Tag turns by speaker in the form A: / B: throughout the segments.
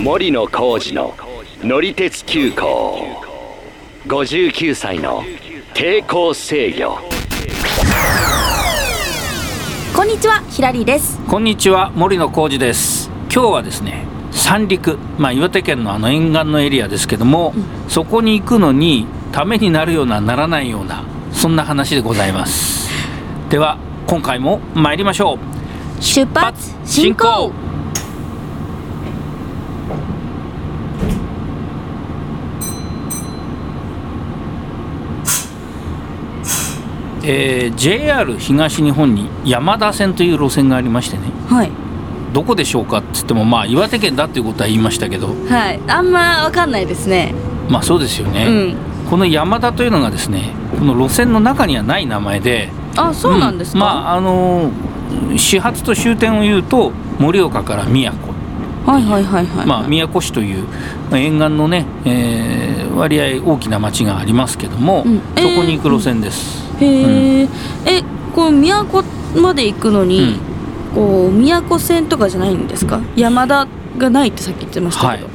A: 森野浩二の乗り鉄急行59歳の抵抗制御
B: こんにちはひらりです
C: こんにちは森野浩二です今日はですね三陸、まあ、岩手県のあの沿岸のエリアですけども、そこに行くのにためになるようなならないようなそんな話でございますでは今回も参りましょう
B: 出発進行
C: えー JR 東日本に山田線という路線がありましてね
B: はい
C: どこでしょうかって言ってもまあ岩手県だっていうことは言いましたけど
B: はいあんまわかんないですね
C: まあそうですよ
B: う
C: ね、
B: ん
C: この山田というのがですねこの路線の中にはない名前で
B: あそうなんですか、
C: うまああのー始発と終点を言うと盛岡から宮古、
B: はいはいはいはい、
C: まあ、宮古市という、まあ沿岸のね、えー割合大きな町がありますけども、
B: うん
C: そこに行く路線です、
B: へえ、えこう宮古まで行くのに、こう宮古線とかじゃないんですか山田がないってさっき言ってました
C: は
B: け
C: い
B: ど、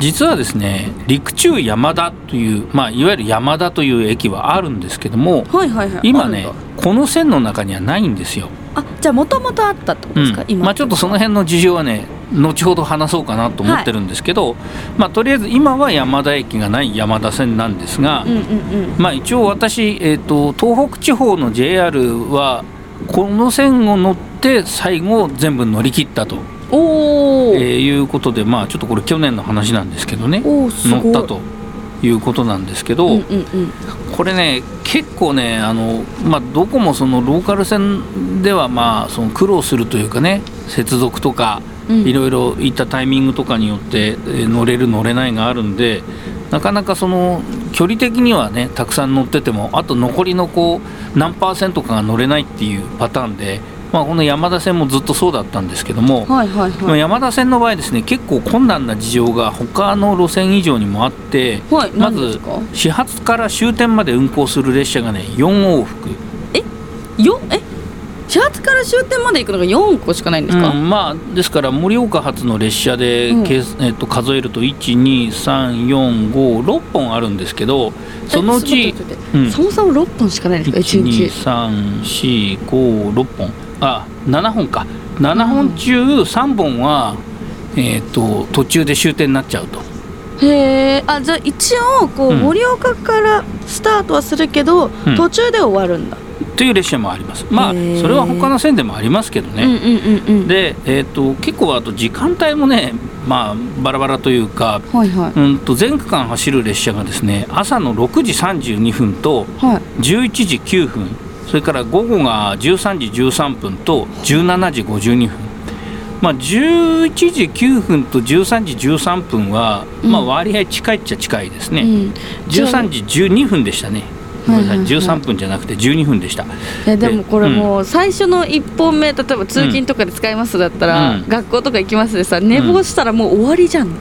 C: 実はですね陸中山田という、まあ、いわゆる山田という駅はあるんですけども
B: はい、はいはい
C: 今
B: あ
C: ね
B: るんだ
C: この線の中にはないんですよ、
B: あじゃあもともとあったってことですか、
C: うん
B: 今
C: まあ、ちょっとその辺の事情はね後ほど話そうかなと思ってるんですけど、まあ、とりあえず今は山田駅がない山田線なんですが、
B: うんうんうん
C: まあ、一応私、えー、と東北地方の JR はこの線を乗って最後全部乗り切ったと、
B: おー、
C: えーいうことで、まあ、ちょっとこれ去年の話なんですけどね
B: おーすごい
C: 乗ったということなんですけど、
B: うんうんうん
C: これね結構ねあの、まあ、どこもそのローカル線ではまあその苦労するというかね接続とか
B: うん
C: いろいろ行ったタイミングとかによって、えー乗れる乗れないがあるんでなかなかその距離的にはねたくさん乗っててもあと残りのこう何パーセントかが乗れないっていうパターンで、まあ、この山田線もずっとそうだったんですけども、
B: はいはい
C: まあ
B: はい
C: 山田線の場合ですね結構困難な事情が他の路線以上にもあって、
B: はい
C: ま
B: 何です
C: ず
B: か
C: 始発から終点まで運行する列車がね4往復、
B: よえ始発から終点まで行くのが4個しかないんですか、
C: うんまあ、ですから盛岡発の列車で、
B: うん
C: けえっと、数えると12345 6本あるんですけど
B: え
C: そのうち
B: ちょっと待って
C: うん
B: そもそも6本しかないんですか1日
C: 12345本あ7本か7本中3本は、えっと途中で終点になっちゃうと。
B: へえあじゃあ一応こう、
C: うん
B: 盛岡からスタートはするけど、
C: うん
B: 途中で終わるんだ、
C: という列車もあります。まあ
B: へー
C: それは他の線でもありますけどね。
B: うんうんうんうん
C: で、えー、と結構あと時間帯もね、まあ、バラバラというか、
B: はいはい
C: うん、と全区間走る列車がですね朝の6時32分と
B: はい
C: 11時9分それから午後が13時13分と17時52分。まあ、11時9分と13時13分は、
B: うん
C: まあ、割合近いっちゃ近いですね、
B: うん、
C: 13時12分でしたね、ごめんなさい
B: はいはいはい
C: 13分じゃなくて12分でした、
B: いやでもこれ
C: うん
B: もう最初の1本目例えば通勤とかで使いますだったら、
C: うん
B: 学校とか行きますでさ寝坊したらもう終わりじゃん、もう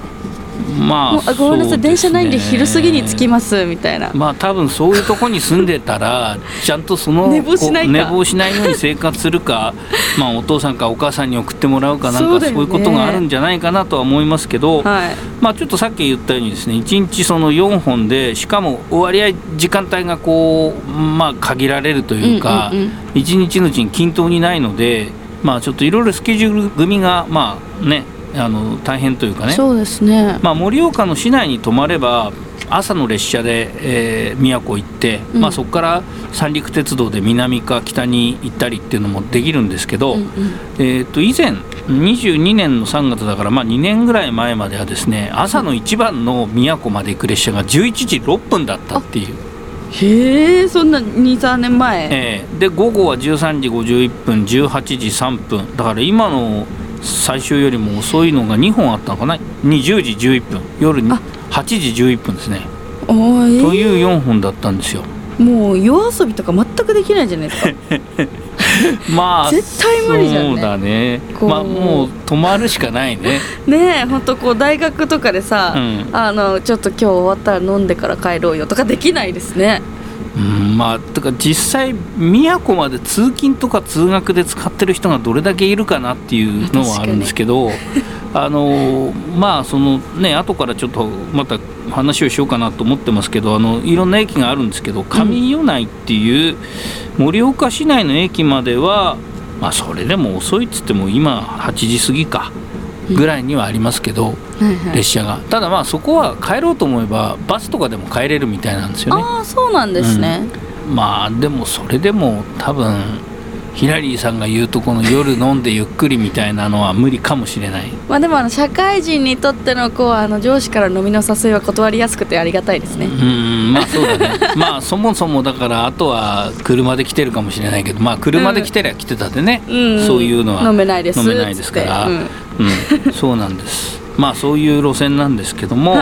C: まあ
B: あごめんなさ
C: そ
B: いう
C: で
B: 電
C: す
B: 車
C: ね
B: ないんで昼過ぎに着きますみたいな、
C: まあ多分そういうとこに住んでたらちゃんとその
B: 寝坊しないか
C: こう寝坊しないように生活するか まあお父さんかお母さんに送ってもらうかなん
B: そう
C: か
B: だよ
C: そう
B: ね
C: いうことがあるんじゃないかなとは思いますけど、
B: はい
C: まあちょっとさっき言ったようにですね1日その4本でしかも割合時間帯がこうまあ限られるというか、
B: うんうんうん
C: 1日のうちに均等にないのでまあちょっといろいろスケジュール組がまあねあの大変というかね
B: そうですね
C: まあ、盛岡の市内に泊まれば朝の列車で、えー宮古行って、
B: うん
C: まあ、そこから三陸鉄道で南か北に行ったりっていうのもできるんですけど、
B: うんうん
C: えー、と以前22年の3月だから、まあ、2年ぐらい前まではですね朝の一番の宮古まで行く列車が11時6分だったっていう、
B: へえそんな23年前
C: えーで午後は13時51分18時3分だから今の最終よりも遅いのが2本あったのかな20時11分夜に
B: あ
C: 8時11分ですね。
B: おい
C: という4本だったんですよ。
B: もう夜遊びとか全くできないじゃない ですか
C: まあ
B: 絶対無理じゃんね
C: そうだね。
B: こう
C: まあもう止まるしかないね。
B: ねえほんとこう大学とかでさ、
C: うん
B: あのちょっと今日終わったら飲んでから帰ろうよとかできないですね
C: うん、まあとか実際宮古まで通勤とか通学で使ってる人がどれだけいるかなっていうのはあるんですけど、 あのまあそのね後からちょっとまた話をしようかなと思ってますけどあのいろんな駅があるんですけど上米内っていう盛岡市内の駅までは、まあ、それでも遅いっつっても今8時過ぎかぐらいにはありますけど、
B: はいはい
C: 列車がただまあそこは帰ろうと思えばバスとかでも帰れるみたいなんですよね
B: ああそうなんですね、
C: まあでもそれでも多分ヒラリーさんが言うとこの夜飲んでゆっくりみたいなのは無理かもしれない
B: まあでもあの社会人にとってのこうあの上司から飲みの誘いは断りやすくてありがたいですね、
C: うんまあそうだねまあそもそもだからあとは車で来てるかもしれないけどまあ車で来てりゃ来てたでね、
B: うん
C: そういうのは
B: 飲めないです
C: 飲めないですから、
B: つ
C: う
B: っ
C: んそうなんですまあそういう路線なんですけども、
B: はい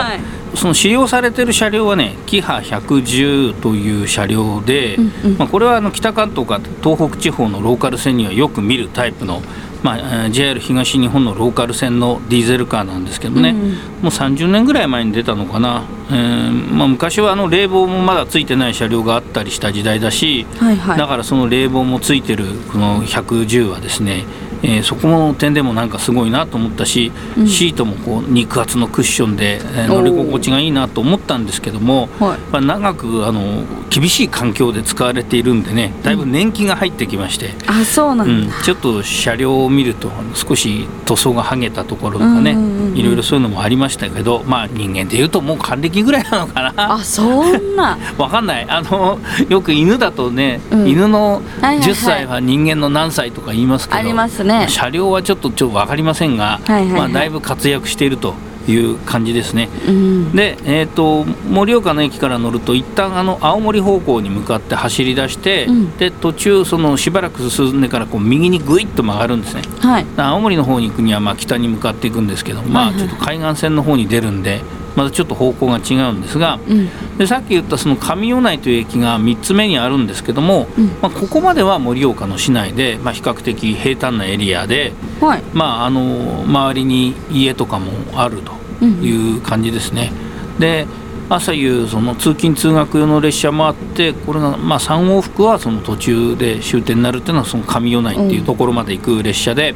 C: その使用されてる車両はねキハ110という車両で、
B: うんうん
C: まあ、これはあの北関東か東北地方のローカル線にはよく見るタイプの、まあ、えー JR 東日本のローカル線のディーゼルカーなんですけどね、
B: うんうん
C: もう30年ぐらい前に出たのかな、えーまあ、昔はあの冷房もまだついてない車両があったりした時代だし、
B: はいはい
C: だからその冷房もついてるこの110はですね、えーそこの点でもなんかすごいなと思ったし、
B: うん
C: シートもこう肉厚のクッションで、えー
B: おー
C: 乗り心地がいいなと思ったんですけども、
B: はい
C: まあ、長くあの厳しい環境で使われているんでねだいぶ年季が入ってきまして。
B: あそうな
C: うんん
B: だ、、
C: ちょっと車両を見るとあの少し塗装が剥げたところとかね、
B: うんうんうんうん
C: いろいろそういうのもありましたけどまあ人間でいうともう還暦ぐらいなのかな
B: あそんな
C: わかんないあのよく犬だとね、
B: うん
C: 犬の
B: はいはいはい
C: 10歳は人間の何歳とか言いますけど、
B: ありますね
C: 車両はちょっとちょっと分かりませんが、
B: はいはいはい
C: まあ、だいぶ活躍しているという感じですね。
B: うん
C: で、えー、と盛岡の駅から乗ると一旦あの青森方向に向かって走り出して、
B: うん
C: で途中そのしばらく進んでからこう右にぐいっと曲がるんですね。
B: はい
C: 青森の方に行くにはまあ北に向かっていくんですけど、まあ、ちょっと海岸線の方に出るんでまたちょっと方向が違うんですが、
B: うん
C: でさっき言ったその上米内という駅が3つ目にあるんですけども、
B: うん
C: まあ、ここまでは盛岡の市内で、まあ、比較的平坦なエリアで、
B: はい
C: まあ、あの周りに家とかもあるという感じですね。で朝夕その通勤通学用の列車もあってこれがまあ3往復はその途中で終点になるっていうのはその上米内っていうところまで行く列車で。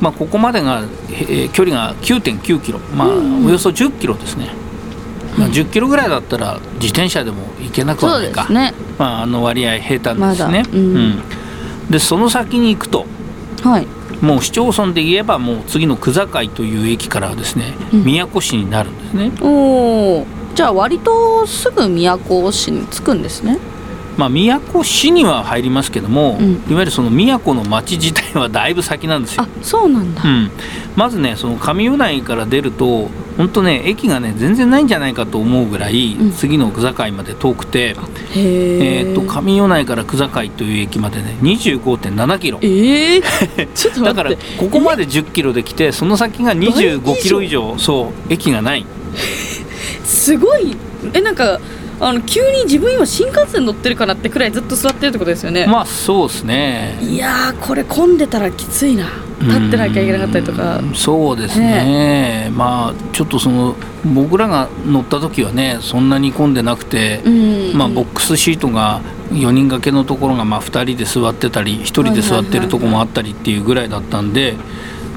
C: まあ、ここまでが、えー距離が9.9キロ、まあ、およそ10キロですね、まあ、10キロぐらいだったら自転車でも行けなくは
B: そう
C: ない
B: で
C: か、
B: すね
C: まあ、あの割合平坦です
B: ま
C: ね
B: だ、うん
C: うんでその先に行くと
B: はい
C: もう市町村で言えばもう次の区境という駅からはですね、
B: うん
C: 宮古市になるんですね、
B: おおじゃあ割とすぐ都市に着くんですね
C: まあ、宮古市には入りますけども、
B: うん
C: いわゆるその宮古の町自体はだいぶ先なんですよ
B: あそうなんだ、
C: うん、まずねその上米内から出ると本当ね駅がね全然ないんじゃないかと思うぐらい、
B: うん
C: 次の区境まで遠くて、
B: へ
C: え
B: え
C: ー、と上米内から区境という駅までね25.7キロ
B: え ー、ちょっと
C: だ
B: 待
C: か
B: っ
C: ら
B: て
C: ここまで1 0キロで来てその先が25キロ以上そう駅がない
B: すごいえなんかあの急に自分今新幹線乗ってるかなってくらいずっと座ってるってことですよね、
C: まあそうですね
B: いやーこれ混んでたらきついな立ってなきゃいけなかったりとか
C: うんそうですねまあちょっとその僕らが乗った時はねそんなに混んでなくて、
B: うん
C: まあ、ボックスシートが4人掛けのところがまあ2人で座ってたり1人で座ってるとこもあったりっていうぐらいだったんで、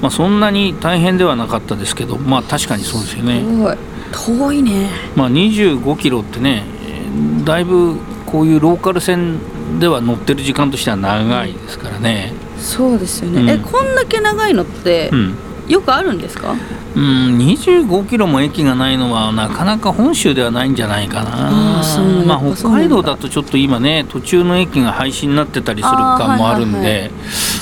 C: まあ、そんなに大変ではなかったですけどまあ確かにそうですよね。
B: すごい遠いね
C: まあ、25キロってねえーだいぶこういうローカル線では乗ってる時間としては長いですからね。
B: そうですよね、
C: うん
B: えこんだけ長いのって
C: うん
B: よくあるんですか、
C: うん、25キロも駅がないのはなかなか本州ではないんじゃないかな
B: あーそうなんだ
C: まあ、北海道だとちょっと今ね途中の駅が廃止になってたりする区間もあるんで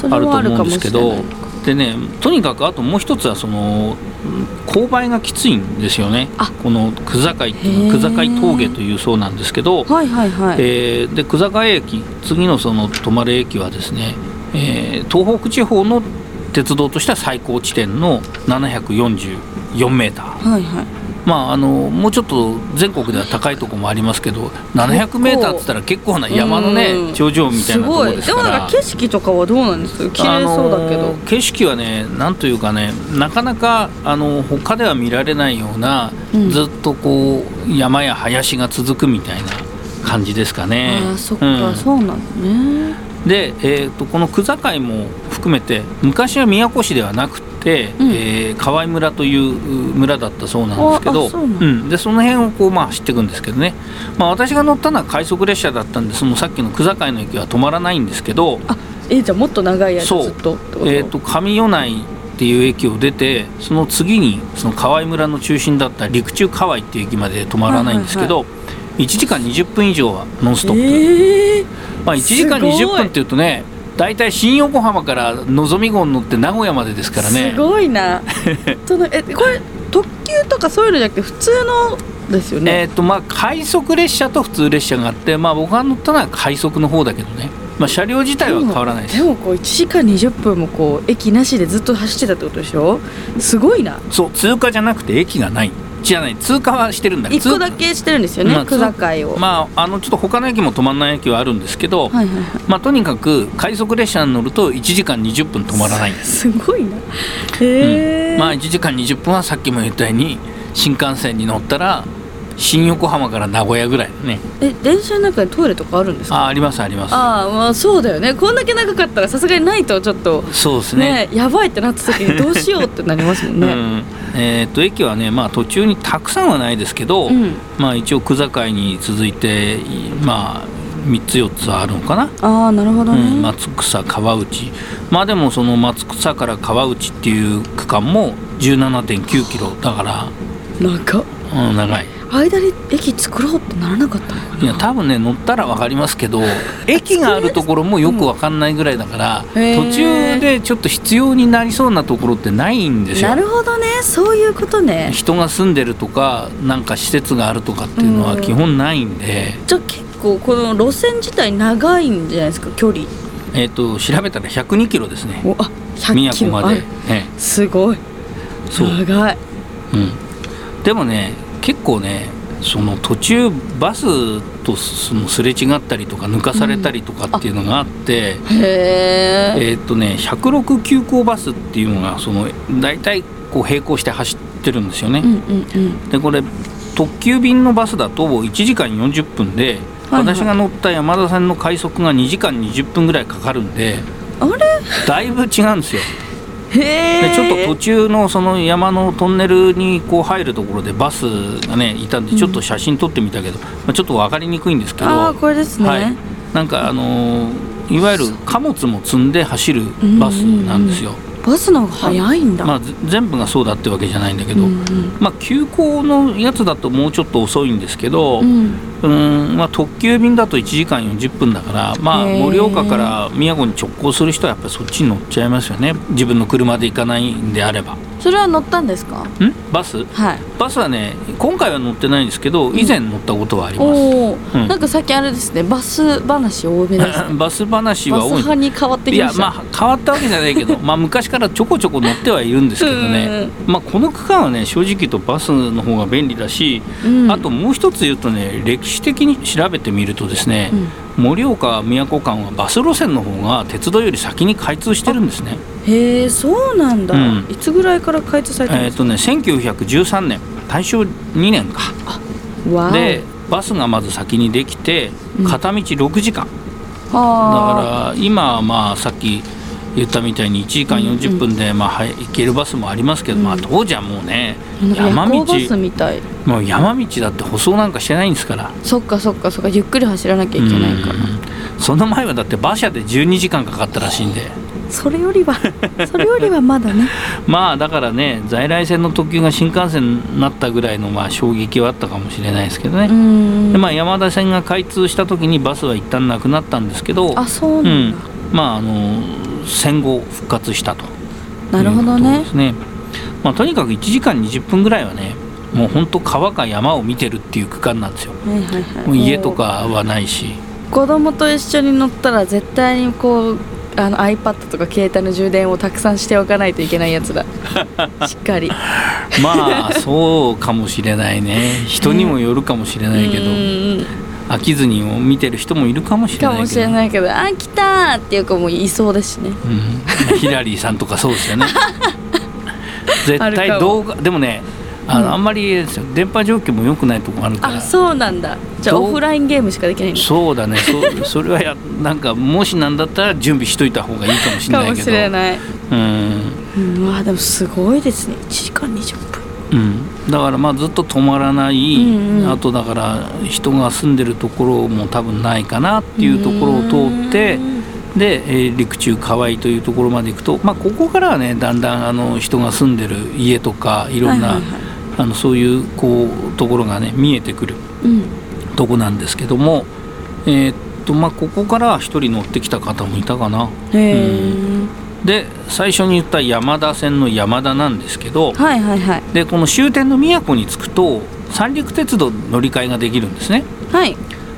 B: あーは
C: あ
B: い
C: ると
B: はいはい
C: 思うんですけ
B: それ
C: ど
B: はある
C: でねとにかくあともう一つはそのうん勾配がきついんですよね
B: あ
C: この区境ってい
B: へ
C: うのは区
B: ー
C: 境峠というそうなんですけど、
B: はいはいはい、
C: えーで久坂駅次のその泊まれ駅はですね、えー東北地方の鉄道としては最高地点の744メーター
B: はいはい
C: まああのもうちょっと全国では高いとこもありますけど700メーターっつったら結構な山の
B: う
C: ね
B: ん
C: 頂上みたいなところですか
B: ごいでもなん
C: ら
B: か景色とかはどうなんです綺麗そうだけど、
C: あのー景色はねなんというかねなかなかあのー他では見られないような、
B: うん
C: ずっとこう山や林が続くみたいな感じですかね。
B: あーそっか、
C: うん
B: そうなのね
C: で、えー、とこの区境も含めて昔は宮古市ではなくって、
B: うん
C: えー河合村という村だったそうなんですけ
B: あ
C: ど
B: あそうなん
C: う、ん、でその辺をこう、まあ、知っていくんですけどね、まあ、私が乗ったのは快速列車だったんでそのさっきの区境の駅は止まらないんですけど、
B: あえーじゃあもっと長い間
C: そう
B: ずっとってこと
C: えー、と上米内っていう駅を出てその次にその河合村の中心だった陸中河合っていう駅まで止まらないんですけど、1時間20分以上はノンストップ。
B: えー
C: まあ、1時間
B: すごい
C: 20分っていうとね大体新横浜からのぞみ号に乗って名古屋までですからね
B: すごいな そのえこれ特急とかそういうのじゃなくて普通のですよ
C: え
B: ね、
C: っ、とまあ快速列車と普通列車があってまあ僕が乗ったのは快速の方だけどね、まあ、車両自体は変わらないです
B: でもこう1時間20分もこう駅なしでずっと走ってたってことでしょすごいな
C: そう通過じゃなくて駅がないじゃない通過はしてるんだけ
B: 1
C: ど
B: 個だけしてるんですよね、
C: まあ
B: 区境を、
C: まああのちょっと他の駅も止まらない駅はあるんですけど、
B: はいはいは
C: まあとにかく快速列車に乗ると1時間20分止まらない
B: いすごいなへえ、
C: まあ1時間20分はさっきも言ったように新幹線に乗ったら新横浜から名古屋ぐらいだね
B: え電車の中にトイレとかあるんですか
C: あありますあります
B: ああまあそうだよねこんだけ長かったらさすがにないとちょっと
C: そうですね
B: ねやばいってなった時にどうしようってなりますもん
C: う
B: ね、
C: んえー、と駅はね、まあ、途中にたくさんはないですけど、
B: うん
C: まあ、一応区境に続いて、いまあ、3つ4つはあるのかな、
B: ああなるほど
C: う
B: ね、
C: ん、松草川内まあでもその松草から川内っていう区間も17.9キロだか、
B: なんから
C: うん、長い
B: 間に駅作ろうってならなかったのか
C: いや多分ね乗ったら分かりま すけど駅があるところもよく分かんないぐらいだから、
B: へー
C: 途中でちょっと必要になりそうなところってないんですよ
B: な。るほどねそういうことね
C: 人が住んでるとかなんか施設があるとかっていうのは基本ないんで、
B: じゃあ結構この路線自体長いんじゃないですか距離
C: えっと調べたら102キロですね
B: おあ100キ
C: 宮古
B: ロ
C: ま
B: あ
C: で
B: る、
C: え
B: すごい
C: えそう、
B: 長い
C: うん、でもね結構ねその途中バスとそのすれ違ったりとか抜かされたりとかっていうのがあって、
B: へえ
C: えーっとね106急行バスっていうのがその大体こう並行して走ってるんですよね、
B: うんうんうん
C: でこれ特急便のバスだと1時間40分で、
B: はいはい
C: 私が乗った山田線の快速が2時間20分ぐらいかかる んで
B: あ
C: だいぶ違うんですよ
B: れへえ
C: でちょっと途中のその山のトンネルにこう入るところでバスがねいたんでちょっと写真撮ってみたけど、まあ、ちょっと分かりにくいんですけど
B: ああこれですね、
C: はい、なんかあのーいわゆる貨物も積んで走るバスなんですよ、
B: バスの方が早いんだ、
C: まあ、ぜ全部がそうだってわけじゃないんだけ
B: う
C: ど、
B: んうん
C: まあ、急行のやつだともうちょっと遅いんですけど、
B: う
C: うん
B: ん
C: んまあ、特急便だと1時間40分だから、まあ、
B: へー
C: 盛岡から宮古に直行する人はやっぱりそっちに乗っちゃいますよね自分の車で行かないんであれば。ん
B: それは乗ったんですか
C: バス
B: はい
C: バスはね今回は乗ってないんですけど以前乗ったことはあります、
B: おお、
C: うん
B: なんかさっきあれですねバス話多めですね
C: バス話
B: バ
C: は
B: ス
C: 多い
B: 派に変わって
C: い
B: きま
C: や
B: した
C: まあ変わったわけじゃない けどまあ昔からちょこちょこ乗ってはいるんですけどね、まあ、この区間はね正直言うとバスの方が便利だし、
B: うん
C: あともう一つ言うとね歴史的に調べてみるとですね
B: うん
C: 盛、岡宮古間はバス路線の方が鉄道より先に開通してるんですね。
B: へえそうなんだ、
C: うん
B: いつぐらいから開通されたん
C: え
B: で
C: っ
B: す
C: とね1913年大正2年か
B: か、わお
C: でバスがまず先にできて
B: うん
C: 片道6時間、だ
B: はあ
C: から今はまあさっき言ったみたいに1時間40分でまあはい行けるバスもありますけど、まあ当時はもうね
B: なん
C: 山
B: か
C: 道
B: 夜行バスみたい
C: もう山道だって舗装なんかしてないんですから
B: そっかそっかそっかゆっくり走らなきゃいけないから
C: うんその前はだって馬車で12時間かかったらしいんで
B: それより はそれよりはまだね
C: まあだからね在来線の特急が新幹線になったぐらいのまあ衝撃はあったかもしれないですけど
B: う
C: ね、
B: ん
C: でまあ山田線が開通した時にバスは一旦なくなったんですけど
B: あそう
C: う
B: なん
C: ん
B: だ、、
C: まああの戦後復活したと
B: なるほど
C: という
B: ね
C: ことですねまあ、とにかく1時間20分ぐらいはねもう本当川か山を見てるっていう区間なんですよ
B: はいはいはい
C: もう家とかはないし
B: 子供と一緒に乗ったら絶対にこうあの iPad とか携帯の充電をたくさんしておかないといけないや つだしっかり
C: まあそうかもしれないね人にもよるかもしれないけど、
B: うん
C: 飽きずに見てる人もいるかもしれ
B: か
C: ないけど
B: もしれないけど「あ来た!」っていう子もいそうですしね
C: うん、ヒラリーさんとかそうですよね絶
B: あるか
C: 対
B: も
C: 動画でもねあの、あんまりあれですよ電波状況も良くないとこあるから
B: あそうなんだじゃあ
C: どう
B: オフラインゲームしかできないんだ
C: そうだねそ それはやなんかもしなんだったら準備しといた方がいいかもしれ
B: か
C: ないけど
B: もしれない。
C: うん、
B: うん、わあでもすごいですね。1時間20分。
C: うん、だからまあずっと止まらない、
B: うんうん
C: あとだから人が住んでるところも多分ないかなっていうところを通って
B: うん
C: で、えー陸中河合というところまで行くと、まあ、ここからはねだんだんあの人が住んでる家とかいろ
B: は
C: んな、
B: いはいはい
C: あのそういうこうところがね見えてくる
B: うん、
C: とこなんですけども、えーっとまあ、ここから一人乗ってきた方もいたかな。
B: へえ、
C: で最初に言った山田線の山田なんですけど、
B: はいはいはい
C: でこの終点の宮古に着くと三陸鉄道の乗り換えができるんですね
B: はい。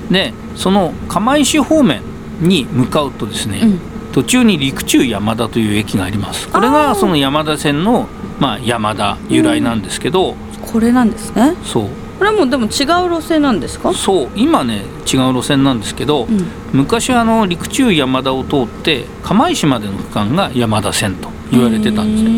C: でその釜石方面に向かうとですね、
B: うん
C: 途中に陸中山田という駅がありますこれ
B: あ
C: が
B: ー
C: その山田線の、まあ、山田由来なんですけど、
B: これなんですね。
C: そう
B: これはもうでも違う路線なんですか？
C: そう今ね違う路線なんですけど、
B: うん。
C: 昔はあの陸中山田を通って釜石までの区間が山田線と言われてたんですね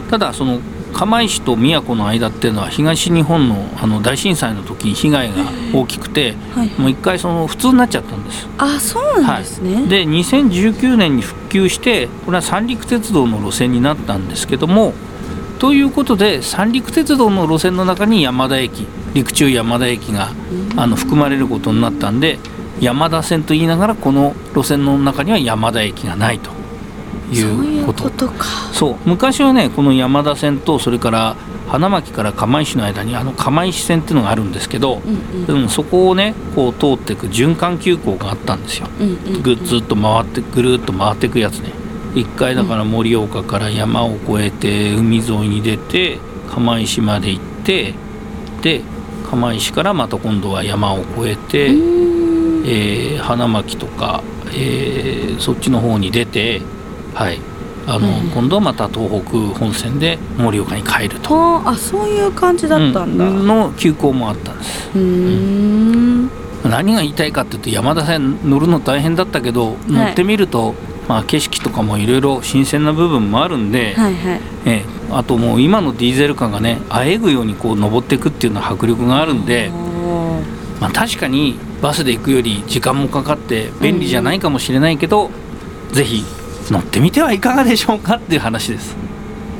B: ね。
C: ただその釜石と宮古の間っていうのは東日本のあの大震災の時に被害が大きくて
B: はい。
C: もう一回その普通になっちゃったんです。
B: あ、そうなんですね。
C: で2019年に復旧してこれは三陸鉄道の路線になったんですけどもということで三陸鉄道の路線の中に山田駅陸中山田駅があの含まれることになったんで山田線と言いながらこの路線の中には山田駅がないとい
B: そういうう
C: こ
B: こととか。
C: そう昔はねこの山田線とそれから花巻から釜石の間にあの釜石線っていうのがあるんですけど、
B: うんうん
C: うんそこをねこう通っていく循環急行があったんですよ、
B: うんうん。
C: ぐずっと回ってぐるっと回っていくやつね一回だから盛岡から山を越えて海沿いに出て釜石まで行ってで釜石からまた今度は山を越えて、
B: うーん
C: えー花巻とか、えーそっちの方に出て、はいあの
B: うん
C: 今度はまた東北本線で盛岡に帰ると
B: はあ、あ、そういう感じだったんだ。
C: う
B: うん
C: の急行もあったんです
B: ーん。
C: 何が言いたいかっていうと山田線乗るの大変だったけど乗ってみると、まあ、景色とかもいろいろ新鮮な部分もあるんで、
B: はいはい。
C: えーあともう今のディーゼル感がねあえぐようにこう登っていくっていうのは迫力があるんで。
B: おー
C: まあ、確かにバスで行くより時間もかかって便利じゃないかもしれないけど、ぜひ乗ってみてはいかがでしょうかっていう話です。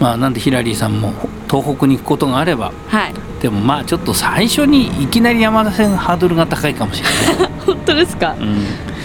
C: まあ、なんでヒラリーさんも東北に行くことがあれば
B: はい。
C: でもまあちょっと最初にいきなり山田線ハードルが高いかもしれない、
B: 本当ですか？
C: うん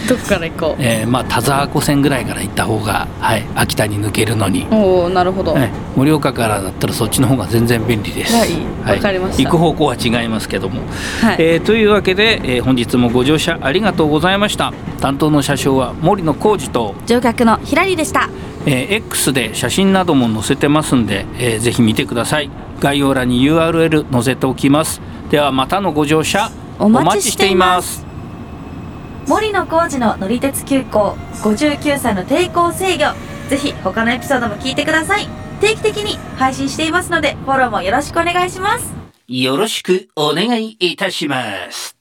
B: どこから行こ
C: えーまあ田沢湖線ぐらいから行った方が、はい、秋田に抜けるのに
B: う。おお、なるほど。
C: はい盛岡からだったらそっちの方が全然便利です。
B: はいわかりました
C: 行く方向は違いますけども、
B: はい
C: えーというわけで、えー本日もご乗車ありがとうございました担当の車掌は森野浩二と、
B: 乗客のひらりでした。
C: えー X で写真なども載せてますんで、えーぜひ見てください概要欄に URL 載せておきますではまたのご乗車
B: お待ちしています
D: 森野浩二の乗り鉄急行59歳の抵抗制御ぜひ他のエピソードも聞いてください定期的に配信していますのでフォローもよろしくお願いします
E: よろしくお願いいたします。